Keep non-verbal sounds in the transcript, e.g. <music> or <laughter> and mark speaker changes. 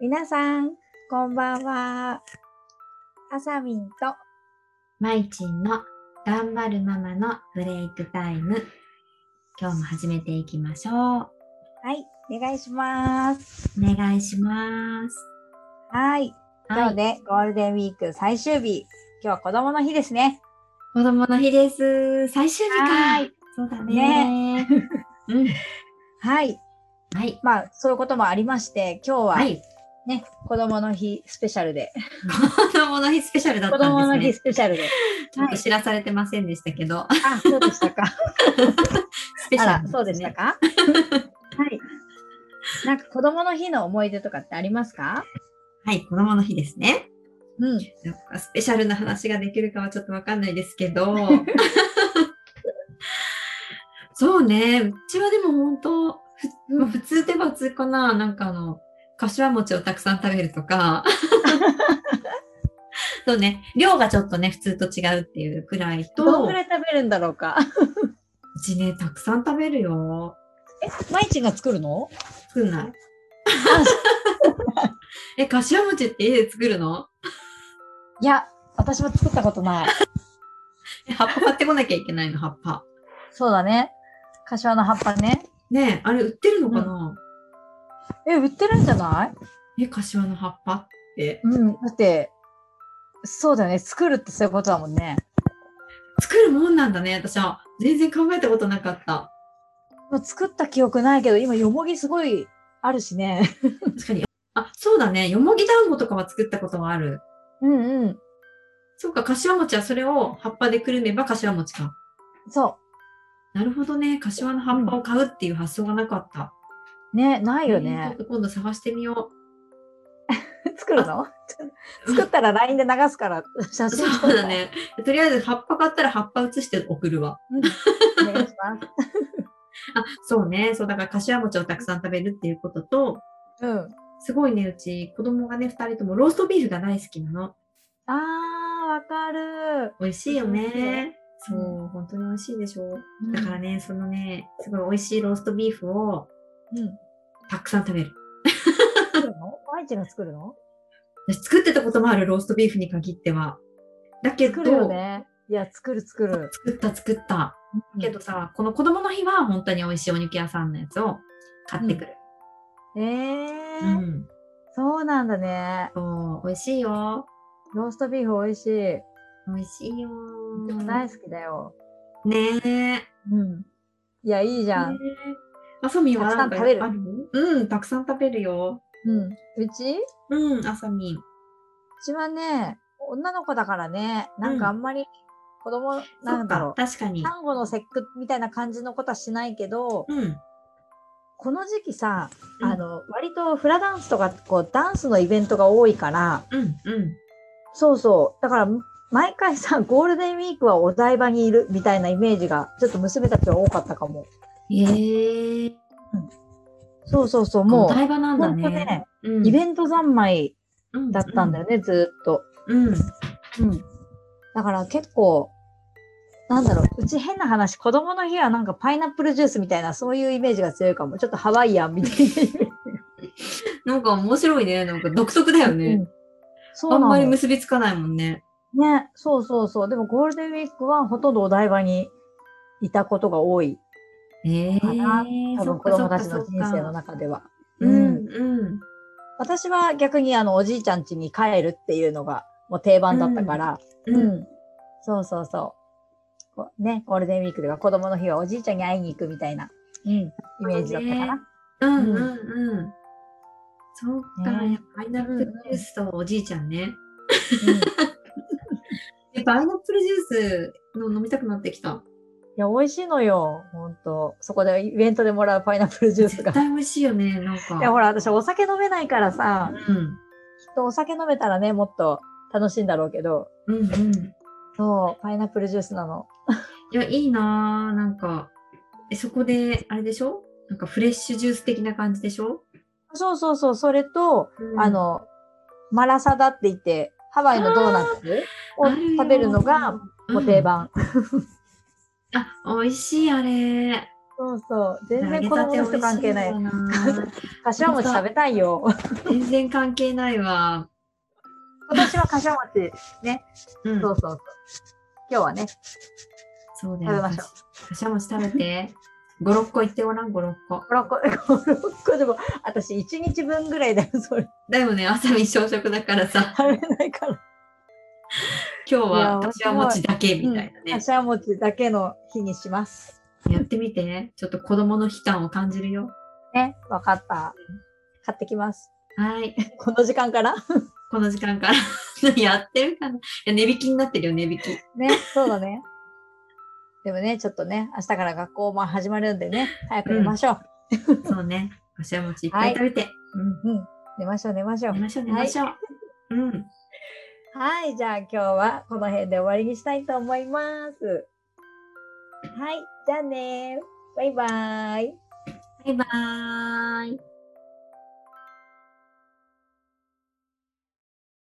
Speaker 1: 皆さん、こんばんは。あさみんと、
Speaker 2: まいちんの頑張るママのブレイクタイム。今日も始めていきましょう。
Speaker 1: はい、お願いします。
Speaker 2: お願いします。
Speaker 1: はい、今
Speaker 2: は
Speaker 1: 日
Speaker 2: い、
Speaker 1: でゴールデンウィーク最終日。今日は子供の日ですね。
Speaker 2: 子供の日です。最終日か。
Speaker 1: はい
Speaker 2: そうだね。 <laughs> うん。
Speaker 1: はい、
Speaker 2: はい。
Speaker 1: まあ、そういうこともありまして、今日は
Speaker 2: はい。
Speaker 1: ね、子供の日スペシャルで、
Speaker 2: 子供の日スペシャルだっ
Speaker 1: 子
Speaker 2: たんですね。
Speaker 1: 供の日スペシャルで。
Speaker 2: ちょっと知らされてませんでしたけど、
Speaker 1: あ、そうで <laughs> したか。
Speaker 2: スペシ
Speaker 1: あ
Speaker 2: ャ
Speaker 1: ら
Speaker 2: ル、
Speaker 1: そうでしたか。はい。なんか子供の日の思い出とかってありますか。
Speaker 2: はい、子供の日ですね。
Speaker 1: うん。
Speaker 2: なんかスペシャルな話ができるかはちょっとわかんないですけど。
Speaker 1: <laughs>
Speaker 2: そうね、うちはでも本当、ふまあ普通では普通かな、なんかあの、柏餅をたくさん食べる
Speaker 1: <laughs>
Speaker 2: とか。そうね、量がちょっとね、普通と違うっていうくらい
Speaker 1: どん
Speaker 2: と、
Speaker 1: ぐ
Speaker 2: う
Speaker 1: らい食べるんだろうか。
Speaker 2: ちね、たくさん食べるよ。
Speaker 1: え、まいちんが作るの。
Speaker 2: 作ん
Speaker 1: <laughs>
Speaker 2: ない。え、柏餅って家で作るの
Speaker 1: いや、私も作ったことない。
Speaker 2: え葉っぱ買ってこなきゃいけないの、葉っぱ。
Speaker 1: そうだね。柏の葉っぱね。
Speaker 2: ねえ、あれ売ってるのかな、
Speaker 1: え、売ってるんじゃない。
Speaker 2: え、柏の葉っぱって。
Speaker 1: うん、だって。そうだよね。作るってそういうことだもんね。
Speaker 2: 作るもんなんだね、私は。全然考えたことなかった。
Speaker 1: もう作った記憶ないけど、今よもぎすごい。あるしね。
Speaker 2: 確かに。あ、そうだね。よもぎ団子とかは作ったことがある。
Speaker 1: うんうん。
Speaker 2: そうか、柏餅はそれを葉っぱでくるめば柏餅か。
Speaker 1: そ
Speaker 2: なるほどね。柏の葉っぱを買うっていう発想がなかった。
Speaker 1: う。ね、ないよ
Speaker 2: えーちょっ
Speaker 1: ね。
Speaker 2: と今度探してみよ
Speaker 1: 作るの。
Speaker 2: う。
Speaker 1: <laughs> 作ったら LINE で流すから、写真撮
Speaker 2: そ
Speaker 1: っ
Speaker 2: う
Speaker 1: て
Speaker 2: だ。ね。とりあえず葉っぱ買ったら葉っぱ写して送るわ。
Speaker 1: うんお願いします。
Speaker 2: あ、そうね。そう、だから柏餅をたくさん食べるっていうことと、
Speaker 1: うん。
Speaker 2: すごいね、うち子供がね、二人ともローストビーフが大好きなの。
Speaker 1: あー、わかる。
Speaker 2: 美味しいよ
Speaker 1: 美味しいよ
Speaker 2: ね。そう、本当に美味しいでしょ。だからね、そのね、すごい美味しいローストビーフを
Speaker 1: うん。
Speaker 2: たくさん食べる。
Speaker 1: 作るの愛知が作るの
Speaker 2: 私作ってたこともある、ローストビーフに限っては。だけど、
Speaker 1: 作るよね。いや、作る作る。
Speaker 2: 作った作った。けどさ、この子供の日は本当に美味しいお肉屋さんのやつを買ってくる。
Speaker 1: うん、え
Speaker 2: う
Speaker 1: ー、
Speaker 2: ん。
Speaker 1: そうなんだね。
Speaker 2: そう、美味しいよ。
Speaker 1: ローストビーフ美味しい。
Speaker 2: 美味しいよ。
Speaker 1: 大好きだよ。
Speaker 2: ねえ。
Speaker 1: うん。いや、いいじゃん。
Speaker 2: ねえあさみんはなんか
Speaker 1: たくさん食べる
Speaker 2: あうん、たくさん食べるよ。
Speaker 1: うん。うちう
Speaker 2: うん、あさみん。
Speaker 1: ちはね、女の子だからね、なんかあんまり子供、なんだ
Speaker 2: か
Speaker 1: ろ
Speaker 2: 確か
Speaker 1: う。
Speaker 2: に。
Speaker 1: 産後の節句みたいな感じのことはしないけど、
Speaker 2: うん。
Speaker 1: この時期さ、
Speaker 2: うん
Speaker 1: あの割とフラダンスとかこうダンスのイベントが多いから
Speaker 2: うん。うん。
Speaker 1: そうそうだから毎回さゴールデンウィークはお台場にいるみたいなイメージがちょっと娘たちは多かったかも
Speaker 2: ええ
Speaker 1: そうそうそう
Speaker 2: も
Speaker 1: も
Speaker 2: う。お
Speaker 1: う
Speaker 2: 台場なんだ
Speaker 1: ほんと
Speaker 2: ね
Speaker 1: ね。
Speaker 2: うん
Speaker 1: イベント三昧
Speaker 2: うん
Speaker 1: だったんだよね、ずーっと、
Speaker 2: うん。
Speaker 1: うん、だから結構なんだろううち変な話子供の日はなんかパイナップルジュースみたいなそういうイメージが強いかもちょっとハワイアンみたいなイメージ、
Speaker 2: なんか面白いね。なんか独特だよ
Speaker 1: う
Speaker 2: ね。
Speaker 1: ん、そう
Speaker 2: あ
Speaker 1: なの
Speaker 2: んまり結びつかないもんね。
Speaker 1: ね、そうそうそう。でもゴールデンウィークはほとんどお台場にいたことが多い。
Speaker 2: ええ
Speaker 1: かな多分子供たちの人生の中では。うん
Speaker 2: うん。
Speaker 1: 私は逆にあのおじいちゃん家に帰るっていうのがもう定番だったから。
Speaker 2: うん。
Speaker 1: うんそうそうそうこう。ね、ゴールデンウィークでは子供の日はおじいちゃんに会いに行くみたいな、うん、イメージだったかな。
Speaker 2: うん。
Speaker 1: うん
Speaker 2: うん。うん。そうか。
Speaker 1: ね
Speaker 2: やっぱパイナップルジュースとおじいちゃんね。
Speaker 1: うんい
Speaker 2: えパイナップルジュースの飲みたくなってきた。
Speaker 1: や、美味しいのよ。ほんと。そこでイベントでもらうパイナップルジュース
Speaker 2: 絶 <laughs>
Speaker 1: が。
Speaker 2: 対美味しいよね。なんか。
Speaker 1: いや、ほら、私お酒飲めないからさ、
Speaker 2: うん。
Speaker 1: きっとお酒飲めたらね、もっと楽しいんだろうけど。
Speaker 2: うんうん。
Speaker 1: そう、パイナップルジュースなの。
Speaker 2: いや、いいなぁ。なんか、え、そこで、あれでしょなんかフレッシュジュース的な感じでしょ、
Speaker 1: そうそうそう、それと、
Speaker 2: うん
Speaker 1: あ、の、マラサダって言って、ハワイのドーナツを
Speaker 2: あるよ
Speaker 1: 食べるのが、もう定番。
Speaker 2: うんあ、美味しい、あれ。
Speaker 1: そうそう。全然子供の人関係ない。
Speaker 2: 揚げたて美味しいよな
Speaker 1: 柏餅食べたいよ。
Speaker 2: 全然関係ないわ。
Speaker 1: 今年は柏餅。
Speaker 2: うん
Speaker 1: そうそうそう。今日はね、
Speaker 2: そうだ
Speaker 1: 食べ
Speaker 2: よ。
Speaker 1: ましょう。
Speaker 2: かしゃもち食べて。5、6個いってごらん、5、6個。
Speaker 1: 五六個、 <laughs> 五六個でも、私1日分ぐらいだよ、それ。
Speaker 2: だよね、朝に朝食だからさ、
Speaker 1: 食べないから。
Speaker 2: 今日
Speaker 1: いや
Speaker 2: は
Speaker 1: 面白い
Speaker 2: かしゃもちだけみたいなね。
Speaker 1: 柏餅だけの日にします。
Speaker 2: やってみてね。ちょっと子供の悲嘆を感じるよ。
Speaker 1: ね、わかった。買ってきます。
Speaker 2: はい。
Speaker 1: この時間から
Speaker 2: この時間から <laughs> やってるかな。いや、値引きになってるよ、値引き。
Speaker 1: ね、そうだね。でもね、ちょっとね、明日から学校も始まるんでね、早く寝ましょう。
Speaker 2: そうね。かしゃもちいっぱい食べて。うん。
Speaker 1: うん、寝ましょう、寝ましょう
Speaker 2: 寝。ましょう、寝ましょう。うん。
Speaker 1: はい、じゃあ今日はこの辺で終わりにしたいと思います。はい、じゃあねバイバーイ。
Speaker 2: バイバーイ。